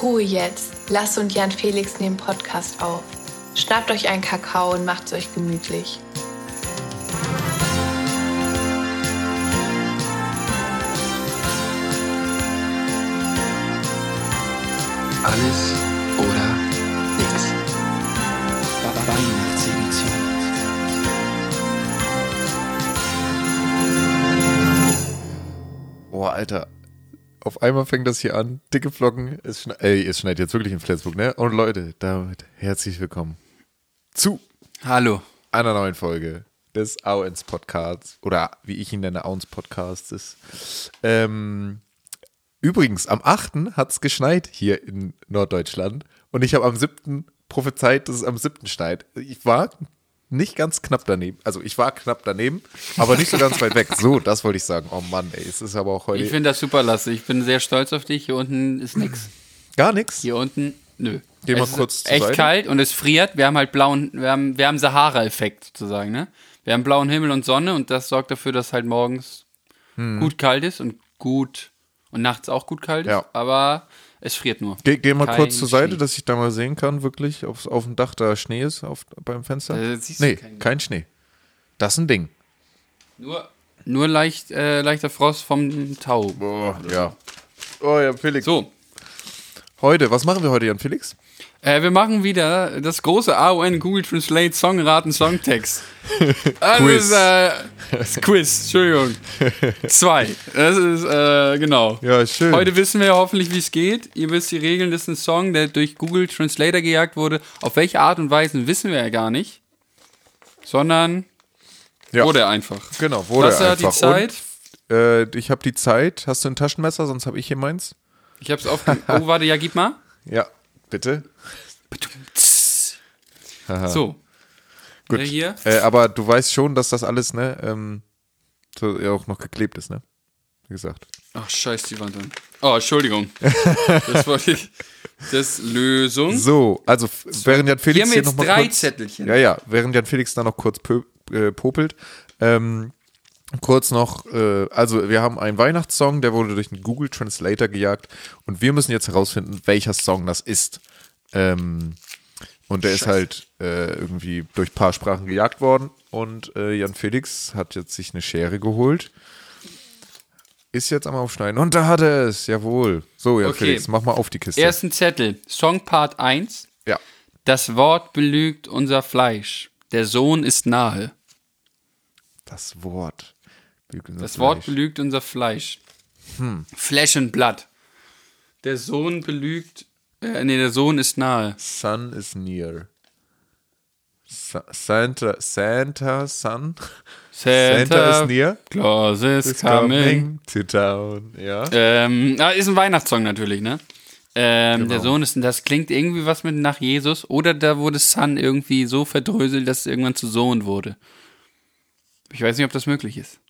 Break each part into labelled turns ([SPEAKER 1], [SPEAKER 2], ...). [SPEAKER 1] Ruhe jetzt. Lasst und Jan Felix nehmen Podcast auf. Schnappt euch einen Kakao und macht's euch gemütlich.
[SPEAKER 2] Alles oder nichts.
[SPEAKER 3] Weihnachtsedition.
[SPEAKER 4] Boah, Alter. Auf einmal fängt das hier an. Dicke Flocken. Es schne Ey, es schneit jetzt wirklich in Flensburg, ne? Und Leute, damit herzlich willkommen zu
[SPEAKER 3] Hallo.
[SPEAKER 4] einer neuen Folge des Auens Podcasts. Oder wie ich ihn nenne, Auens Podcasts. ist. Ähm, übrigens, am 8. hat es geschneit hier in Norddeutschland. Und ich habe am 7. prophezeit, dass es am 7. schneit. Ich war nicht ganz knapp daneben. Also ich war knapp daneben, aber nicht so ganz weit weg. So, das wollte ich sagen. Oh Mann, ey, es ist aber auch heute.
[SPEAKER 3] Ich finde das super, Lasse. Ich bin sehr stolz auf dich. Hier unten ist nix.
[SPEAKER 4] Gar nichts.
[SPEAKER 3] Hier unten, nö.
[SPEAKER 4] Geh mal
[SPEAKER 3] es
[SPEAKER 4] kurz
[SPEAKER 3] ist
[SPEAKER 4] zur
[SPEAKER 3] echt
[SPEAKER 4] Seite.
[SPEAKER 3] kalt und es friert. Wir haben halt blauen, wir haben, wir haben Sahara-Effekt sozusagen, ne? Wir haben blauen Himmel und Sonne und das sorgt dafür, dass halt morgens
[SPEAKER 4] Hm.
[SPEAKER 3] gut kalt ist und gut und nachts auch gut kalt ist.
[SPEAKER 4] Ja.
[SPEAKER 3] Aber es friert nur.
[SPEAKER 4] Geh, geh mal
[SPEAKER 3] Kein
[SPEAKER 4] kurz zur Seite,
[SPEAKER 3] Schnee.
[SPEAKER 4] dass ich da mal sehen kann, wirklich, ob auf dem Dach da Schnee ist auf, beim Fenster.
[SPEAKER 3] Äh, siehst du
[SPEAKER 4] nee,
[SPEAKER 3] keinen.
[SPEAKER 4] kein Schnee. Das ist ein Ding.
[SPEAKER 3] Nur, nur leicht, äh, leichter Frost vom Tau.
[SPEAKER 4] Boah, ja. Oh ja, Felix.
[SPEAKER 3] So,
[SPEAKER 4] Heute, was machen wir heute, Jan Felix?
[SPEAKER 3] Äh, wir machen wieder das große AON Google Translate Songraten Songtext. Also
[SPEAKER 4] Quiz.
[SPEAKER 3] Ist, äh, ist Quiz, Entschuldigung. Zwei. Das ist, äh, genau.
[SPEAKER 4] Ja, schön.
[SPEAKER 3] Heute wissen wir hoffentlich, wie es geht. Ihr wisst die Regeln, das ist ein Song, der durch Google Translator gejagt wurde. Auf welche Art und Weise wissen wir ja gar nicht. Sondern
[SPEAKER 4] Ja.
[SPEAKER 3] wurde er einfach.
[SPEAKER 4] Genau, wurde
[SPEAKER 3] Lasse hat
[SPEAKER 4] einfach.
[SPEAKER 3] die Zeit.
[SPEAKER 4] Und, äh, ich habe die Zeit. Hast du ein Taschenmesser? Sonst habe ich hier meins.
[SPEAKER 3] Ich hab's auf. Oh, warte, ja, gib mal.
[SPEAKER 4] Ja, bitte.
[SPEAKER 3] So.
[SPEAKER 4] Gut.
[SPEAKER 3] Der hier.
[SPEAKER 4] Äh, aber du weißt schon, dass das alles, ne, ähm, so, ja, auch noch geklebt ist, ne? Wie gesagt.
[SPEAKER 3] Ach, scheiß die Wand an. Oh, Entschuldigung. Das wollte ich. Das Lösung.
[SPEAKER 4] So, also f- während Jan Felix
[SPEAKER 3] Hier haben wir
[SPEAKER 4] hier
[SPEAKER 3] jetzt
[SPEAKER 4] noch mal
[SPEAKER 3] drei
[SPEAKER 4] kurz,
[SPEAKER 3] Zettelchen.
[SPEAKER 4] Ja, ja, während Jan Felix da noch kurz pö, äh, popelt, ähm, kurz noch, äh, also wir haben einen Weihnachtssong, der wurde durch den Google Translator gejagt und wir müssen jetzt herausfinden, welcher Song das ist. Ähm, und der ist halt äh, irgendwie durch ein paar Sprachen gejagt worden und äh, Jan Felix hat jetzt sich eine Schere geholt. Ist jetzt am Aufschneiden. Und da hat er es. Jawohl. So, Jan
[SPEAKER 3] Okay.
[SPEAKER 4] Felix, mach mal auf die Kiste.
[SPEAKER 3] Ersten Zettel. Song Part 1.
[SPEAKER 4] ja.
[SPEAKER 3] Das Wort belügt unser Fleisch. Der Sohn ist nahe.
[SPEAKER 4] Das Wort. Bügeln
[SPEAKER 3] Das Wort belügt unser Fleisch. Flesh and Blood. Der Sohn belügt. Äh, nee, der Sohn ist nahe.
[SPEAKER 4] Sun is near. Sa Santa, Santa, Sun. Santa is near.
[SPEAKER 3] Claus is, coming.
[SPEAKER 4] to town. Ja.
[SPEAKER 3] Ähm, ah, ist ein Weihnachtssong natürlich, ne? Ähm, Der Sohn ist, das klingt irgendwie was mit nach Jesus. Oder da wurde Son irgendwie so verdröselt, dass es irgendwann zu Sohn wurde. Ich weiß nicht, ob das möglich ist.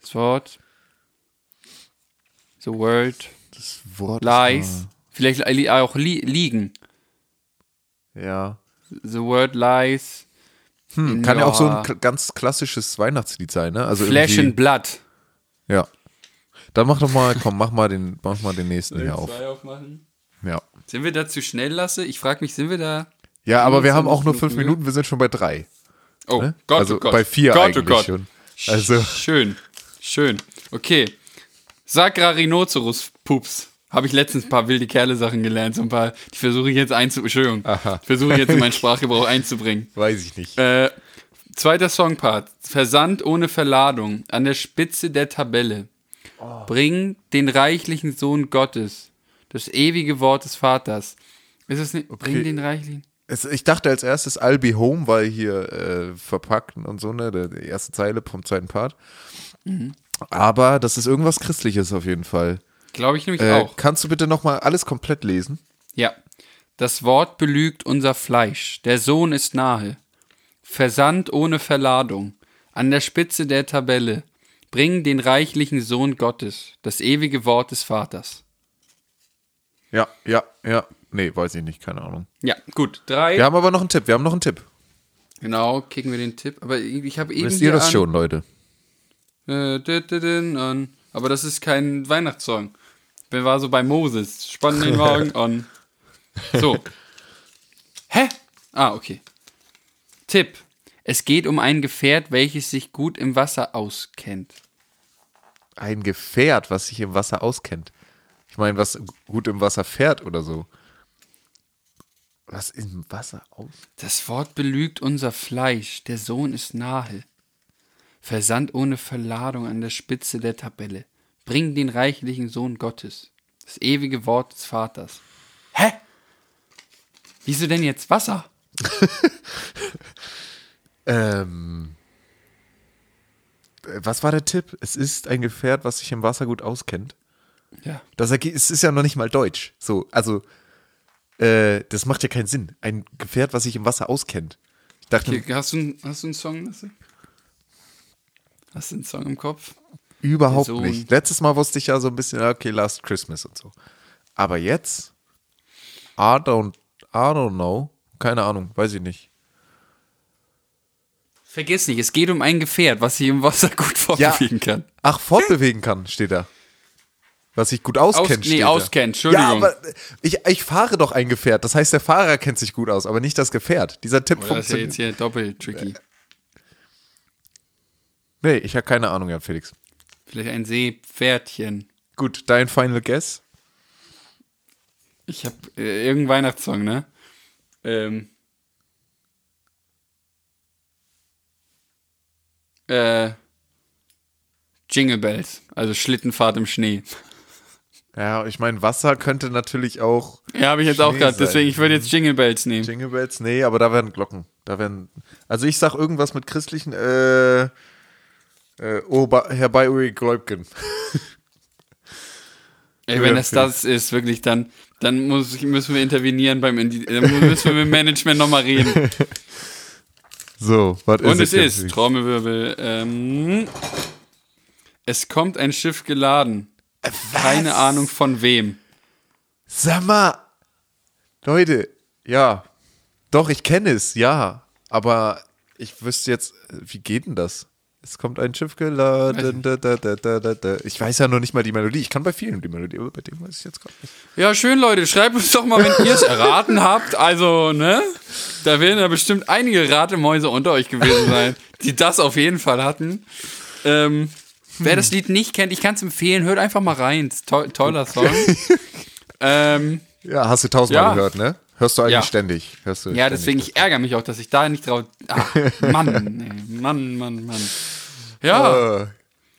[SPEAKER 3] Das Wort. The World.
[SPEAKER 4] Das Wort. ist
[SPEAKER 3] Lies. Vielleicht li- auch li liegen.
[SPEAKER 4] wahr. Ja.
[SPEAKER 3] The Word Lies.
[SPEAKER 4] Hm, kann ja auch so ein
[SPEAKER 3] Ja.
[SPEAKER 4] kl- ganz klassisches Weihnachtslied sein, ne? Also
[SPEAKER 3] Flesh and
[SPEAKER 4] irgendwie-
[SPEAKER 3] Blood.
[SPEAKER 4] Ja. Dann mach doch mal, komm, mach mal den, mach mal den nächsten hier auf. Ja.
[SPEAKER 3] Sind wir da zu schnell, Lasse? Ich frage mich, sind wir da.
[SPEAKER 4] Ja, aber wir haben auch nur
[SPEAKER 3] Minuten
[SPEAKER 4] fünf
[SPEAKER 3] Mühe.
[SPEAKER 4] Minuten, wir sind schon bei drei.
[SPEAKER 3] Oh,
[SPEAKER 4] Ne?
[SPEAKER 3] Gott,
[SPEAKER 4] also
[SPEAKER 3] oh Gott.
[SPEAKER 4] bei vier
[SPEAKER 3] Gott,
[SPEAKER 4] eigentlich
[SPEAKER 3] oh Gott.
[SPEAKER 4] schon. Also,
[SPEAKER 3] Schön, schön. Okay. Sacra Rhinoceros Pups. Habe ich letztens ein paar wilde Kerle Sachen gelernt, so ein paar, die versuche ich jetzt einzubringen. Entschuldigung.
[SPEAKER 4] Aha.
[SPEAKER 3] Versuche ich jetzt in meinen Sprachgebrauch einzubringen.
[SPEAKER 4] weiß ich nicht.
[SPEAKER 3] Äh, zweiter Songpart. Versand ohne Verladung. An der Spitze der Tabelle. Bring den reichlichen Sohn Gottes. Das ewige Wort des Vaters. Ist es nicht? Bring den reichlichen.
[SPEAKER 4] Es, ich dachte als erstes, I'll be home, weil hier äh, verpackt und so, ne, der- die erste Zeile vom zweiten Part. Aber das ist irgendwas Christliches auf jeden Fall.
[SPEAKER 3] Glaube ich nämlich
[SPEAKER 4] Äh,
[SPEAKER 3] auch.
[SPEAKER 4] kannst du bitte nochmal alles komplett lesen?
[SPEAKER 3] Ja. Das Wort belügt unser Fleisch. Der Sohn ist nahe. Versand ohne Verladung. An der Spitze der Tabelle. Bring den reichlichen Sohn Gottes, das ewige Wort des Vaters.
[SPEAKER 4] Ja, ja, ja. Nee, weiß ich nicht, keine Ahnung.
[SPEAKER 3] Ja, gut. Drei.
[SPEAKER 4] Wir haben aber noch einen Tipp, wir haben noch einen Tipp.
[SPEAKER 3] Genau, kicken wir den Tipp. Aber ich habe eben.
[SPEAKER 4] Wisst
[SPEAKER 3] hier
[SPEAKER 4] ihr eh das
[SPEAKER 3] an,
[SPEAKER 4] schon, Leute?
[SPEAKER 3] Äh, dü- dü- dü- an. Aber das ist kein Weihnachtssong. bin- war so bei Moses. Spann den Wagen an. So. Hä? Ah, okay. Tipp. Es geht um ein Gefährt, welches sich gut im Wasser auskennt.
[SPEAKER 4] Ein Gefährt, was sich im Wasser auskennt. Ich meine, was gut im Wasser fährt oder so. Was im Wasser aus?
[SPEAKER 3] Das Wort belügt unser Fleisch. Der Sohn ist nahe. Versand ohne Verladung an der Spitze der Tabelle. Bring den reichlichen Sohn Gottes. Das ewige Wort des Vaters. Hä? Wieso denn jetzt Wasser?
[SPEAKER 4] Ähm. äh, Was war der Tipp? Es ist ein Gefährt, was sich im Wasser gut auskennt.
[SPEAKER 3] Ja.
[SPEAKER 4] Das erge- es ist ja noch nicht mal deutsch. So, also, äh, das macht ja keinen Sinn. Ein Gefährt, was sich im Wasser auskennt. Ich dachte,
[SPEAKER 3] Hier, hast, du, einen- hast du einen Song? Lasse? Hast du einen Song im Kopf?
[SPEAKER 4] überhaupt
[SPEAKER 3] Sohn.
[SPEAKER 4] nicht. Letztes Mal wusste ich ja so ein bisschen, ja, okay, Last Christmas und so. Aber jetzt? I don't, I don't know. Keine Ahnung, weiß ich nicht.
[SPEAKER 3] Vergiss nicht, es geht um ein Gefährt, was sich im Wasser gut fortbewegen kann.
[SPEAKER 4] Ach, fortbewegen kann, steht da. Was sich gut auskennt,
[SPEAKER 3] Aus- nee,
[SPEAKER 4] steht da.
[SPEAKER 3] auskennt, Entschuldigung.
[SPEAKER 4] Ja, aber ich, ich fahre doch ein Gefährt. Das heißt, der Fahrer kennt sich gut aus, aber nicht das Gefährt. Dieser Tipp
[SPEAKER 3] Oder Oh, das ist ja
[SPEAKER 4] funktioniert.
[SPEAKER 3] jetzt hier doppelt tricky.
[SPEAKER 4] Nee, ich habe keine Ahnung, Jan Felix.
[SPEAKER 3] Vielleicht ein Seepferdchen.
[SPEAKER 4] Gut, dein Final Guess?
[SPEAKER 3] Ich habe äh, irgendeinen Weihnachtssong, ne? Ähm. Äh. Jingle Bells, also Schlittenfahrt im Schnee.
[SPEAKER 4] Ja, ich meine, Wasser könnte natürlich auch
[SPEAKER 3] Ja, habe ich jetzt auch
[SPEAKER 4] Schnee
[SPEAKER 3] gerade,
[SPEAKER 4] sein.
[SPEAKER 3] deswegen ich würde jetzt Jingle Bells nehmen.
[SPEAKER 4] Jingle Bells, nee, aber da werden Glocken. Da werden. Also ich sag irgendwas mit christlichen, äh, äh Ober, herbei Uri Gläubgen.
[SPEAKER 3] Ey, wenn
[SPEAKER 4] Ja,
[SPEAKER 3] das
[SPEAKER 4] finde
[SPEAKER 3] das ist, wirklich, dann, dann muss ich, müssen wir intervenieren beim Indi dann mu- müssen wir mit dem Management nochmal reden.
[SPEAKER 4] So, was
[SPEAKER 3] Und es ist, Trommelwirbel, ähm, es kommt ein Schiff geladen. Keine Ahnung von wem.
[SPEAKER 4] Sag mal, Leute, ja, doch, ich kenne es, ja, aber ich wüsste jetzt, wie geht denn das? Es kommt ein Schiff geladen, da, da, da, da, da, da. Ich weiß ja noch nicht mal die Melodie. Ich kann bei vielen die Melodie, aber bei dem weiß ich jetzt gar nicht.
[SPEAKER 3] Ja, schön, Leute. Schreibt uns doch mal, wenn ihr es erraten habt. Also, ne? Da werden ja bestimmt einige Ratemäuse unter euch gewesen sein, die das auf jeden Fall hatten. Ähm, wer das Lied nicht kennt, ich kann es empfehlen. Hört einfach mal rein. Ist to toller Song. ähm,
[SPEAKER 4] Ja, hast du tausendmal
[SPEAKER 3] Ja.
[SPEAKER 4] gehört, ne? Hörst du eigentlich
[SPEAKER 3] Ja.
[SPEAKER 4] ständig. Hörst du
[SPEAKER 3] ja,
[SPEAKER 4] ständig.
[SPEAKER 3] deswegen, ich ärgere mich auch, dass ich da nicht drauf. Ach, Mann, ey, Mann, Mann, Mann. Ja,
[SPEAKER 4] Äh,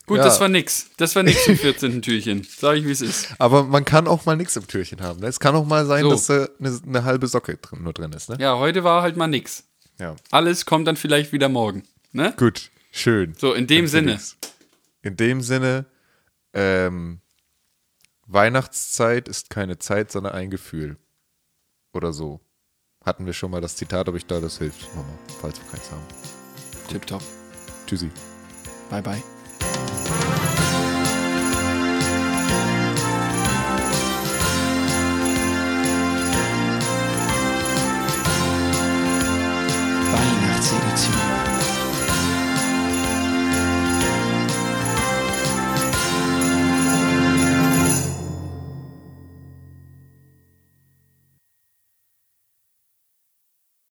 [SPEAKER 3] gut,
[SPEAKER 4] ja.
[SPEAKER 3] das war nix. Das war nix im 14. Türchen. Sag ich, wie es ist.
[SPEAKER 4] Aber man kann auch mal nichts im Türchen haben. Ne? Es kann auch mal sein,
[SPEAKER 3] So.
[SPEAKER 4] dass äh, eine, eine halbe Socke drin, nur drin ist. Ne?
[SPEAKER 3] Ja, heute war halt mal nix.
[SPEAKER 4] Ja.
[SPEAKER 3] Alles kommt dann vielleicht wieder morgen. Ne?
[SPEAKER 4] Gut, schön.
[SPEAKER 3] So, in dem Sinne.
[SPEAKER 4] In dem Sinne, ähm, Weihnachtszeit ist keine Zeit, sondern ein Gefühl. Oder so. Hatten wir schon mal das Zitat, ob ich da das hilft. Nochmal, falls wir keins haben.
[SPEAKER 3] Tipptopp.
[SPEAKER 4] Tschüssi.
[SPEAKER 3] Bye bye.